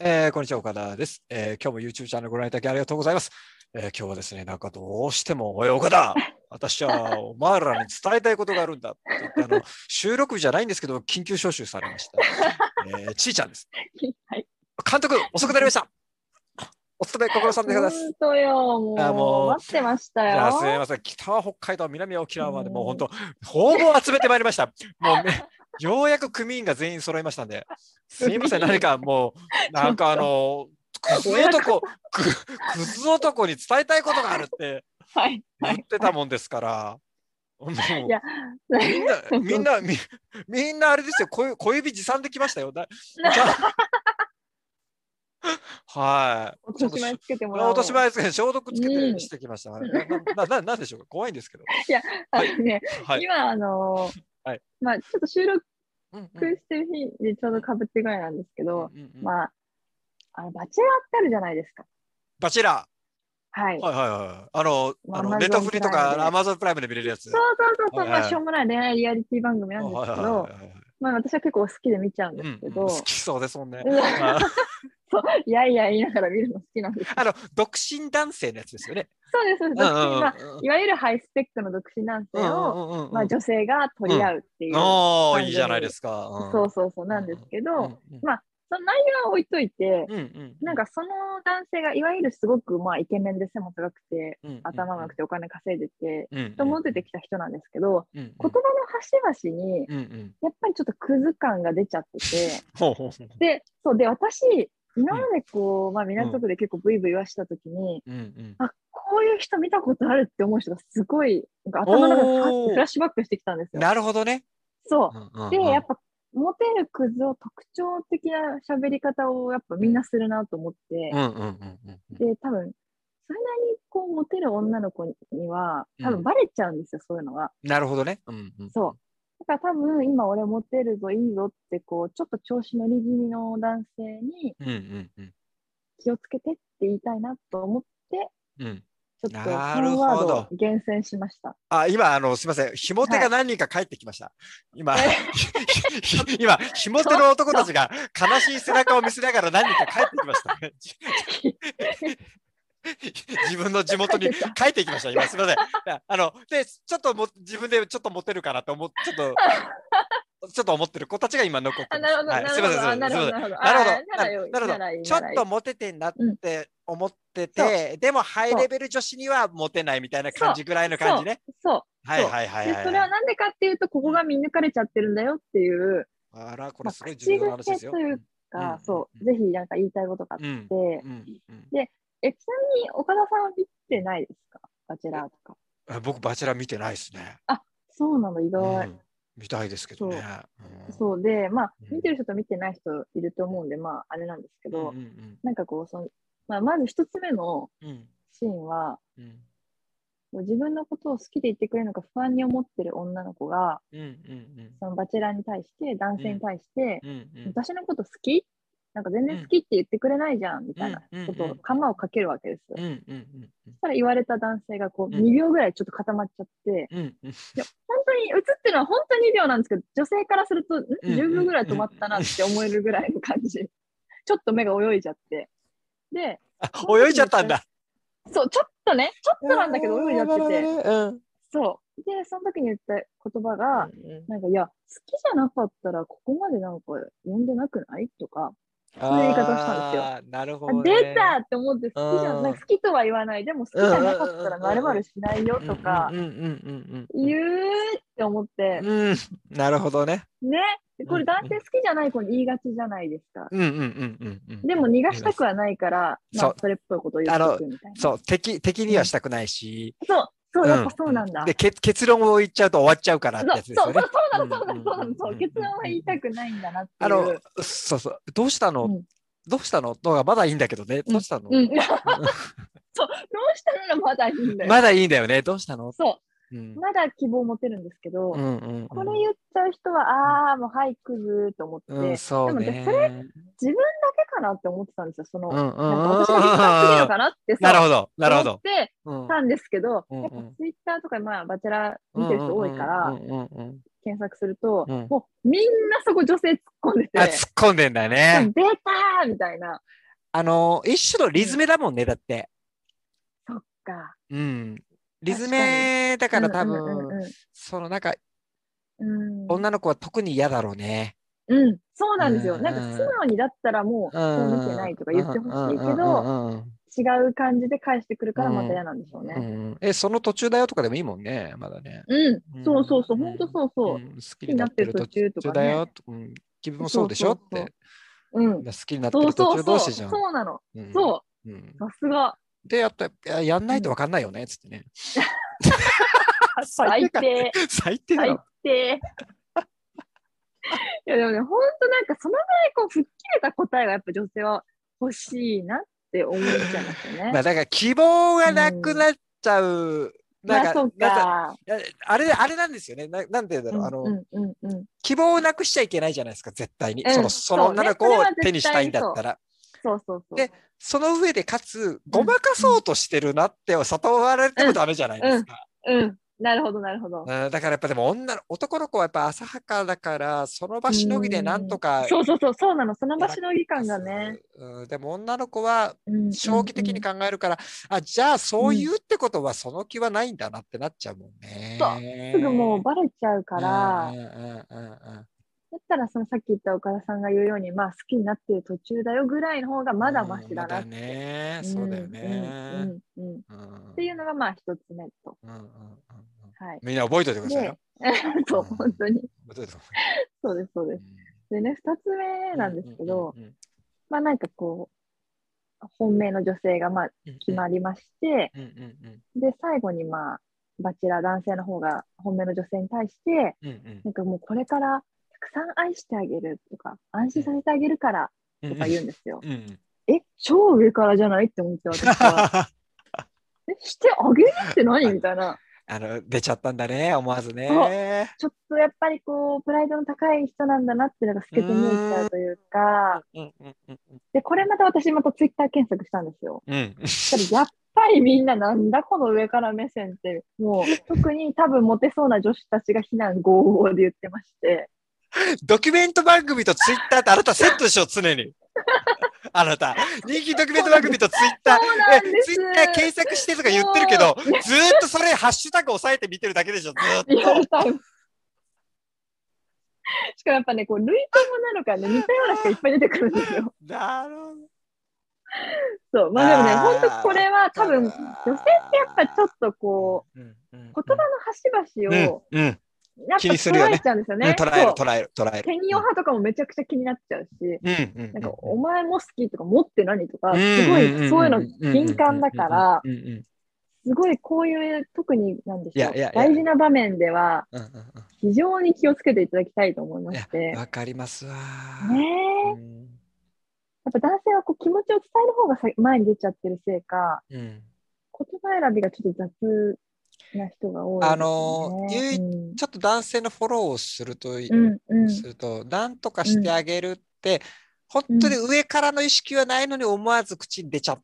えーこんにちは、岡田です、えー今日も YouTube チャンネルご覧いただきありがとうございます。えー今日はですね、なんかどうしても、おい、岡田、私はお前らに伝えたいことがあるんだって言ってあの、収録日じゃないんですけど、緊急招集されました。えーちーちゃんです。はい。監督、遅くなりました。お勤め、心さんでございます。本当よ、もうあもう待ってましたいやよす。みません、北は北海道、南は沖縄まで、もう本当、方々集めてまいりました。もうね、ようやく組員が全員揃いましたんで、すみません、何かもう、なんかあの、クズ男、ククズ男に伝えたいことがあるってはい。は言っい。て たもんですから、もういやみんな、みんな、みみんなあれですよ、小小指持参できましたよ。だはい。落とし前つけてもらおう。落とし前ですけど、消毒つけうてんしてきました。はいななななんでしょうか怖いんですけど。あのね、はい。今、あのーはいまあ、ちょっと収録うんうんしてる日でちょうどかぶってぐらいなんですけど、うんうんうんまあ、あのバチェラーってあるじゃないですか。バチェラはい。ー。はいはいはい。あの、まああの Amazon ネットフリとプライムでかアマゾンプライムで見れるやつ。そうそうそうそう、はいはいまあ、しょうもない恋愛リアリティ番組なんですはいけはいどはい、はいまあ、私は結構好きで見ちゃうんうでんうんすけど、好きそうですもんね。う んあそういやいや言いながら見るの好きなんです。あの、独身男性のやつですよね。そうです、そうです。独身まあうんうんいわゆるハイスペックの独身男性を、うんうんうんうんまあ、女性が取り合うっていう、おー感じいいじゃないですか。そうそうそうなんですけど、うんうんまその内容は置いといて、うんうんなんかその男性がいわゆるすごくまあイケメンで背も高くて、うんうん頭が良くてお金稼いでて、うんうんと思っててきた人なんですけど、うんうん言葉の端々に、うんうんやっぱりちょっとクズ感が出ちゃってて、ほうほうほうで、そう、で、私、今までこう、まあ港区で結構ブイブイはしたときに、うんうんあ、こういう人見たことあるって思う人がすごい、なんか頭の中でファッてフラッシュバックしてきたんですよ。なるほどね。そう。で、やっぱぱ、モテるクズを特徴的な喋り方をやっぱみんなするなと思ってう、んうんうんうんうんで、多分、それなりにこう、モテる女の子には、多うん分バレちゃうんですよ、そういうのが。なるほどね。うんうんそう。だから多分、今俺モテるぞ、いいぞって、こう、ちょっと調子乗り気味の男性にうんうんうん気をつけてって言いたいなと思って、うん。ちょっと、なワるほンどワードを厳選しました。あ、今、あの、すみません。ひも手が何人か帰ってきました。今、えひひ 今、ひも手の男たちが悲しい背中を見せながら何人か帰ってきました ね。自分の地元に帰ってきました。今、すみません。あの、で、ちょっとも、自分でちょっとモテるかなと思っ、ちょっと、ちょっと思ってる子たちが今残ってあ、まなす。るほど、はないるすほみません、すど、あみませんなるほ。ど、なるほどあーならよいい、なるほどならいい、ちょっならいいとモテてんなって思ってて、そでもハイレベル女子にはモテないみたいな感じぐらいの感じね。そう。はいはいはいはいはでい。それはなんでかっていうとここが見抜かれちゃってるんだよっていうあら、これまあすごい重要な話ですよ。口癖というか、うんそうぜひなんか言いたいことがあって、うんうんうんえちなみに岡田さんは見てないですかバチェラーとかあ僕、バチェラー見てないですね。そうなの意外、うん見たいですけどね。うんそうでまあうん見てる人と見てない人いると思うんでまああれなんですけうんど、うんなんかこうその、まあ、まず一つ目のうんうんシーンはうんもう自分のことを好きで言ってくれるのか不安に思ってる女の子がうんうんそのバチェラーに対して男性に対して、うんうんうん私のこと好きなんか全然好きって言ってくれないじゃん、みたいなことを釜をかけるわけですよ。うんうんうんそしたら言われた男性がこううん2秒ぐらいちょっと固まっちゃって、うんうん本当に映ってるのは本当に2秒なんですけど女性からするとんうんうん10秒ぐらい止まったなって思えるぐらいの感じちょっと目が泳いじゃってであ泳いじゃったんだ。そうちょっとねちょっとなんだけど泳いじゃっててうんそうでその時に言った言葉が、うんなんかいや好きじゃなかったらここまでなんか呼んでなくないとかあいう言い方をしたんですよーなるほあど。出たって思って好きじゃうんんなんか好きとは言わないでも好きじゃなかったらまるまるしないよとかうんうんうんうん言うって思ってう、ん。うんなるほどね。ねこれ男性好きじゃない子に言いがちじゃないですか、うんうんうんうんうん。でも逃がしたくはないから、まそうあ、それっぽいことを言っていくみたいなそう、敵、敵にはしたくないし。そうそうやっぱそうなんだ、で、け結論を言っちゃうと終わっちゃうからってやつでそうすそようねそう。そうなのそうなのそうなのそう結論は言いたくないんだなっていうあの、そうそう、どうしたの、うんどうしたののがまだいいんだけどね、どうしたの、うん、そうどう したならまだいいんだよ、まだいいんだよね、どうしたのそうんう。まだ希望を持てるんですけど、うんうんうんこれ言っちゃう人は、ああーもうはいクズと思って、うん、そうでもねね。それ自分だけかなって思ってたんですよ、その、うんうんうんなんか私の一番好きなのかなってなるほほど、なるほど。で、うんたんですけど、うんうんやっぱツイッターとか、まあ、バチェラー見てる人多いから、うんうんうんうん検索すると、うんもうみんなそこ女性突っ込んでて、あ、突っ込んでんだね。出たーみたいな。あの、一種のリズメだもんね、だって。そっか。うん。リズメだから多うんうん分、うんそのなんか、うんうん女の子は特に嫌だろうね。うん、そうなんですよ。うんなんか素直にだったらもう、うんそう見てないとか言ってほしいけうど、んうん違う感じで返してくるからまた嫌なんでしょううんうんね。うんえ、その途中だよとかでもいいもんね、まだね。うん、うんそうそうそう、うんほんとそうそうう。ん好きになってる途中好きになってる途中とかねだよと、うん自分もそうでしょっそうそうて。うん、好きになってそうる途そ中うそ同う、士じゃん。そうなの。うんそうんう、さすが、で、やったややんないと分かんないよね、つってね。 最か低。 最低だ最ろ。低。いやでもね、本当なんかそのぐらいこう吹っ切れた答えがやっぱ女性は欲しいなって思っちゃいますよね。まあ、だから希望がなくなっちゃう。なんまあか、そうなんかか。いやあれ、あれなんですよね。ななんて言うんだろう、あの、うんうんうんうん、希望をなくしちゃいけないじゃないですか、絶対に。うんその、そのそうね女の子それをは絶対手にしたいんだったら。そうそうそう。でその上で、かつ、ごまかそうとしてるなって、悟られてもダメじゃないですか。うん、なるほどなるほど。うんだからやっぱでも女の、男の子はやっぱ浅はかだから、その場しのぎでなんとか。そうそうそうそうなのその場しのぎ感がね。うんでも女の子はうん長期的に考えるから、あじゃあそういうってことはその気はないんだなってなっちゃうもんね。うんうんすぐもうバレちゃうから、うんうんだうんうんったらそのさっき言った岡田さんが言うように、まあ好きになってる途中だよぐらいの方がまだマシだなうっんまだて。ね。 そうだよね。うんうんうんうんっっていうのがまあ一つ目と。うんうんうんうんはい。みんな覚えておいてくださいで よ。、そう、本当に。覚えておいてくだそうです、そうです。でね、二つ目さいなんですけど、、うんうんうんまあなんかこう、本命の女性がまあうん決まりまして、うんうんで、最後にまあ、バチェラー男性の方が本命の女性に対して、うんうんなんかもうこれからたくさん愛してあげるとか、安心させてあげるからうんとか言うんですよ。うん うんえ、超上からじゃないって思って 私は。え、してあげるって何みたいな。あの出ちゃったんだね、思わずね。ちょっとやっぱりこう、プライドの高い人なんだなっていうのが透けて見えちゃうというか、うんうんうんうんで、これまた私またツイッター検索したんですよ。うんそしたらやっぱりみんななんだこの上から目線って、もう特に多分モテそうな女子たちが非難合々で言ってまして、ドキュメント番組とツイッターってあなたセットでしょ、常 に。あなた、人気ドキュメント番組とツイッターそうなんえでツすイッター検索してとか言ってるけど、ずーっとそれ、ハッシュタグ押さえて見てるだけでしょ、ずーっと。リアルタイム。しかもやっぱね、こう、類友なのかね、似たような人がいっぱい出てくるんですよ。なるほど。そう。まあでもね、あー本当これは多分、女性ってやっぱちょっとこうん、うんうんう、言葉の端々を、うん、うんやっぱ気にするよ捉ねえちゃうんですようんね。捉える、そう捉える、捉える。天気予報とかもめちゃくちゃ気になっちゃうし、うんうんうん、なんかお前も好きとか持って何とか、うんすごいんんんそういうの敏感だからう、んうんすごいこういう特になんでいしょやういやいや、大事な場面ではうんうんう非常に気をつけていただきたいと思いまんいしやて、ねえ、やわかりますわ。うんっぱ男性はこう気持ちを伝える方がさ前に出ちゃってるせいか、うん言葉選びがちょっと雑な人が多いですあよね。のー唯一うんちょっと男性のフォローをするとい、うんうんすると、なんとかしてあげるって、本当に上からの意識はないのに思わず口に出ちゃっ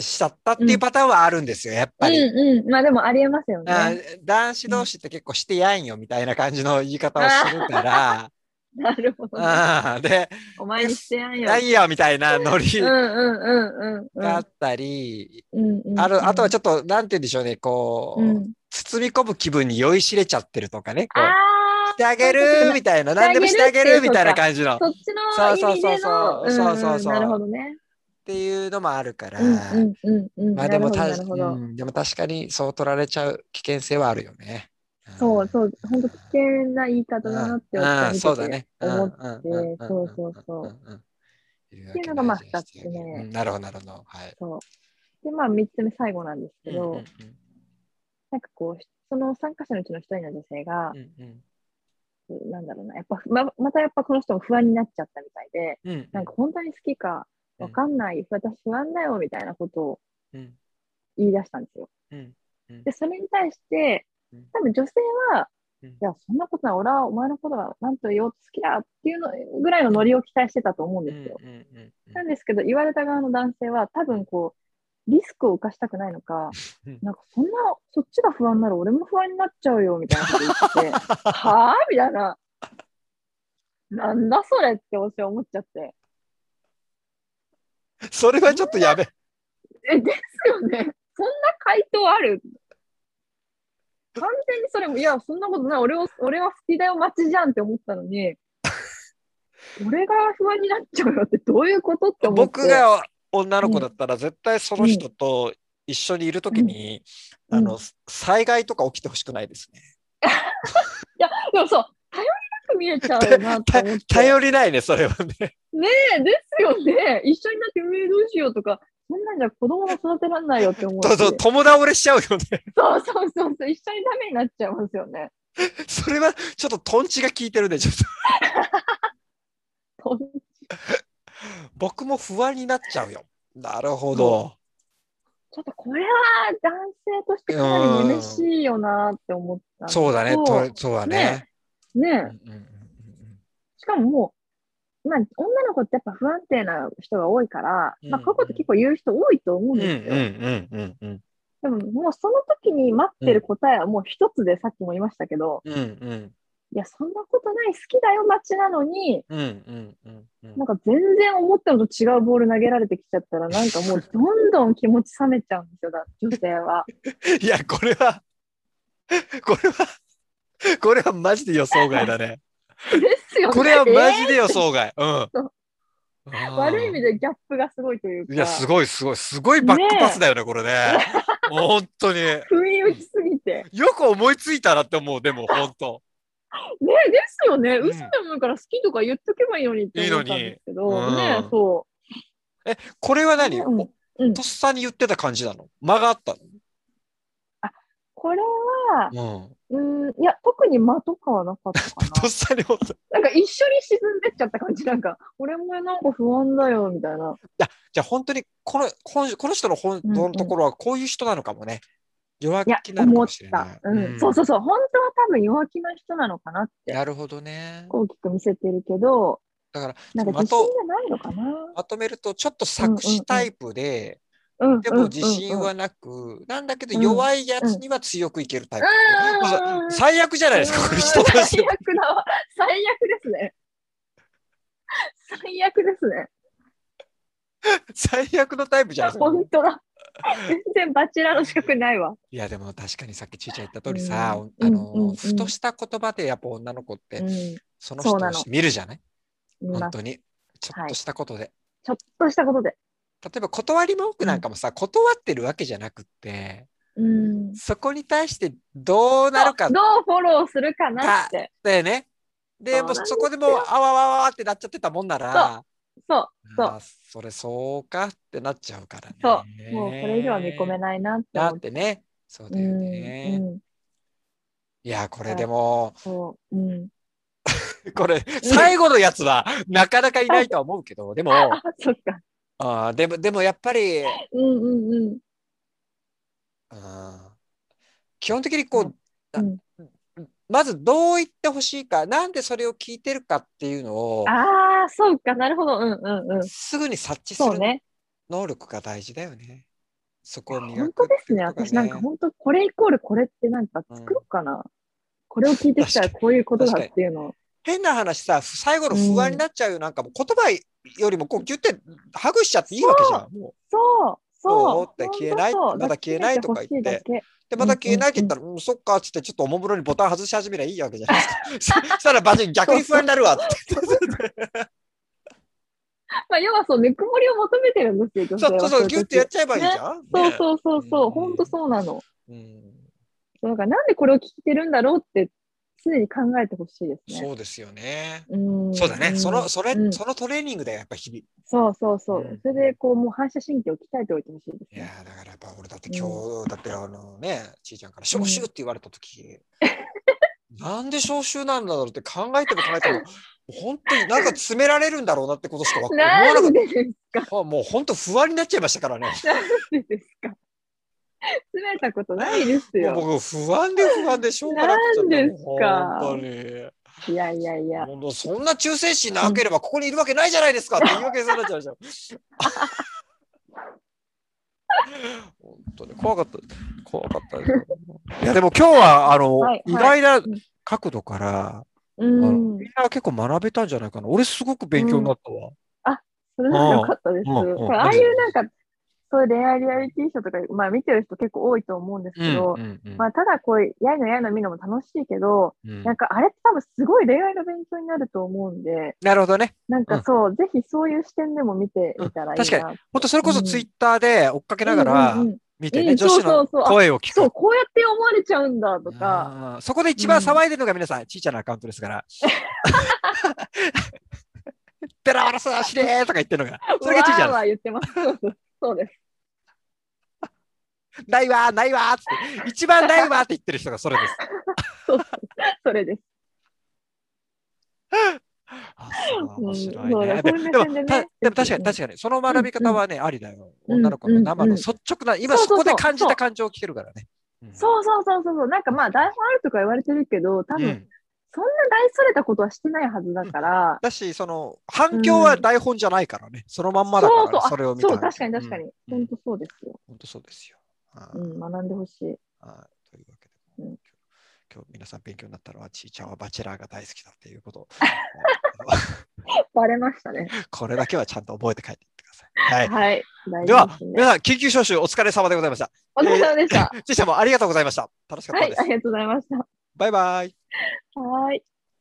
しちゃったっていうパターンはあるんですよ、やっぱり。うんうん、まあでもありえますよね。あ男子同士って結構してやんよみたいな感じの言い方をするから、 なるほどね、あーで、お前にしてやんよや。んよみたいなノリうんがうんうんうんあったり、うんうん。ある、あとはょちょっと、なんて言うんでしょうね、こう、うん、包み込む気分に酔いしれちゃってるとかね、こう、あしてあげるみたいな、してあ何でげるもしてあげっているうこみとたいなか感じの。そっちの意味でのそうそうそうそうそうそうそうんんなるほどね。っていうのもあるから、うんうんうんうん。まあでもなたるほどなるほど。うんでも確かにそう取られちゃう危険性はあるよね。そうそうう、本当危険な言い方んだなってうん私は見ててそうだね。思って。てそうそうそうんんんっていうのがまあいるわけ二つ目うんなるほどなるほど。はい。そう。で、まあ3つ目最後なんですけど、うんなんかこう、その参加者のうちの一人の女性が、うんうんなんだろうな、やっぱま、またやっぱこの人も不安になっちゃったみたいで、うんうんなんか本当に好きかわかんない、私不安だよみたいなことをうん言い出したんですよ。うんうんで、それに対してうん、多分女性は、うんいや、そんなことない、俺はお前のことがなんと言おうと好きだっていうのぐらいのノリを期待してたと思うんうでんすよ。うんうんうんなんですけど、言われた側の男性は、多分こリスクを犯したくないのかうん、なんかそんな、そっちが不安なら俺も不安になっちゃうよみたいなこと言ってて、 はあみたいな、なんだそれって私は思っちゃって。それはちょっとやべ。え、ですよね。そんな回答ある完全にそれも、いや、そんなことない。俺を俺は好きだよ待ちじゃんって思ったの に、俺が不安になっちゃうよってどういうことって思って。僕が女の子だったら、絶対その人と一緒にいるときに、うんあの、災害とか起きてほしくないですね。いや、でもそう、頼りなく見えちゃうなって思って。頼りないね、それはね。ねえ、ですよね。一緒になって運営どうしようとか、そんなんじゃ子供も育てられないよって思うし。そうそう、友倒れしちゃうよね。 そうそうそうそう、一緒にダメになっちゃいますよね。それはちょっとトンチが効いてるね、ちょっと。そう僕も不安になっちゃうよ。なるほど。ちょっとこれは男性としてかなりめめしいよなって思ったのと。そうだね、とそうだねね。ねえ、うんうんうんうんしかももう、まあ、女の子ってやっぱ不安定な人が多いから、まあ、こういうこと結構言う人多いと思ううんんですよ。うんうんうんでも、もうその時に待ってる答えはもう一つで、さっきも言いましたけど、うんうんいや、そんなことない、好きだよ、街なのに、うんうんうんうんなんか全然思ったのと違うボール投げられてきちゃったら、なんかもうどんどん気持ち冷めちゃうんですよ、だ女性 は。いやこれはこれはこれはマジで予想外だね。ですよね。これはマえジで予想外。うそんう。悪い意味でギャップがすごいというか、いやすごいすごいすごいバックパスだよねこれね。本当に不意打ちすぎ て。よく思いついたなって思うでも本当。ねえですよね。うん嘘でもいいから好きとか言っとけばいいのにって思ったんですけど、いいのにねうんえ、そこれは何？うんおうんとっさに言ってた感じなの？間があったう。これは、の？うん。うん、いや、特に間とかはなかったか とっさに本当。な。なんか一緒に沈んでっちゃった感じ、なんか、俺もなんか不安だよ、みたいな。じゃあ本当にこのこのこの人の本当のところはこういう人なのかもね。弱いや気、なのか思もっしれないた。。うん。そうそうそう。本当は多分弱気な人なのかなって、なるほどね。大きく見せてるけど、だからなんかま自と信がないのかな。まとめるとちょっと作詞タイプで、うん。でも自信はなく、なんだけど弱いやつには強くいけるタイプ。うんうんうん。うんうんうんうん最悪じゃないですか、これ人とし最て。悪だわ。最悪ですね。最悪ですね。最悪のタイプじゃないですか。本当だ。全然バチェラーの資格ないわ。いやでも確かにさっきちいちゃん言った通りさ、うんあの、うんうんふとした言葉でやっぱ女の子って、うん。その人そをうなの見るじゃない見本ます。当に。ちょっとしたことで。ちょっとしたことで。例えば断り文句なんかもさ、断ってるわけじゃなくってうん。そこに対してどうなるかっどうフォローするかなって。てねでそうなんもうですよそこでもうあわわわわってなっちゃってたもんならそう。そうあーそれそうかってなっちゃうからねそう。もうこれ以上は見込めいないなってな思っってねそううだよんね、うん。いやこれでも、そう。うん。これ最後のやつはなかなかいないとは思うけ どでもあ、そっか。あーでもでもやっぱりうんうんうん。うん基本的にこう、うんまずどう言ってほしいか、なんでそれを聞いてるかっていうのを、ああ、そうか。なるほど。うんうんうん。すぐに察知すそうるね。能力が大事だよね。そこを磨本く当ってでこすとね。が私なんか本当これイコールこれってなんか作ろうかな。これを聞いてきたら確かこういうことだっていうのを。変な話さ、最後の不安になっちゃうよなんかも、言葉よりもこうギュってハグしちゃっていいわけじゃん。もうそうそう。どうって消えない本当そうまだ消えないとか言って抱きしめてで、また消えないって言ったら、うんそっかっつって、ちょっとおもむろにボタン外し始めりゃいいわけじゃないですか。そそしたら、バジ逆に不安になるわって。 ほしいだけまあ要はそう、ぬくもりを求めてるんですよ。女性そうはそうそう、ギュってやっちゃえばいいじゃん。そうねそうそううそんう。本当そうなの。うんなんかなんでこれを聞いてるんだろうって常に考えてほしいですね。そうですよね。うんそうだね。その、それ、うんそのトレーニングだよ、やっぱ日々。。そうそうそううんそれでこう、もう反射神経を鍛えておいてほしいですいやね。ーだからやっぱ俺だってうん今日、だってあのね、ちいちゃんからう招ん集って言われた時 なんで招集なんだろうって考えても考えても、本当になんか詰められるんだろうなってことしかわ思わななかっんでですかた。もう本当不安になっちゃいましたからね。なんでですか詰めたことないですもよ。う僕不安で不安でしょうがなくなてんですか本当に。いやいやいや。もうそんな忠誠心なければ ここにいるわけないじゃないですかって言い訳にされちゃうじゃん。本当に怖かった。怖かったです。いや、でも今日は、あの、はい意は外な角度から、うあのんみん。な結構学べたんじゃないかな。俺すごく勉強になったわ。それなんか良かったです。うんうんうんああいうなんか、そういう恋愛リアリティショーとか、まあ見てる人結構多いと思うんですうけんど、うんうんまあただこう、やいのやいの見るのも楽しいけど、うんなんかあれって多分すごい恋愛の勉強になると思うんで、なるほどね。なんかそう、ぜひそういう視点でも見てみたらいいな。うん確に。本当それこそツイッターで追っかけながらうんうんうん見てうね、ん女子のそうそうそうあ声を聞そう、く。こうやって思われちゃうんだとか、あーそこで一番騒いでるのが皆さん、ちいちゃなアカウントですから。 ペララさ、しれーとか言ってるの が。それがちいちゃわーなわー言ってます。そうそうそうです。ないわー、ないわーっつって。一番ないわーって言ってる人がそれです。それです。あそう うん面白そういね。だでそういう目でも線でねたでも確かうにん確かに、その学び方はね、ありだよ。うん女の子の生うんうのん率直な、今そうそそうそうこで感じた感情を聞けるからね。うんそうそうそうそうそう。なんかまあ台本あるとか言われてるけど、多分、うんそんな大それたことはしてないはずだから、だし、その反響は台本じゃないからね、そのまんまだからね、そうそうあそれを見たそう、ら確かに確かに。うん本当そうですよ。本当そうですよ。あーうん、学んでほしい。あーというわけで、うん今日今日皆さん勉強になったのは、ちいちゃんはバチェラーが大好きだっていうことを、バレましたね。これだけはちゃんと覚えて帰っていってくだ さい。はいはい。で大は事、です皆ね。さん、緊急招集お疲れ様でございました。お疲れ様でした。ちいちゃんもありがとうございました。楽しかっはたでい、す。ありがとうございました。バイバイ。はーい。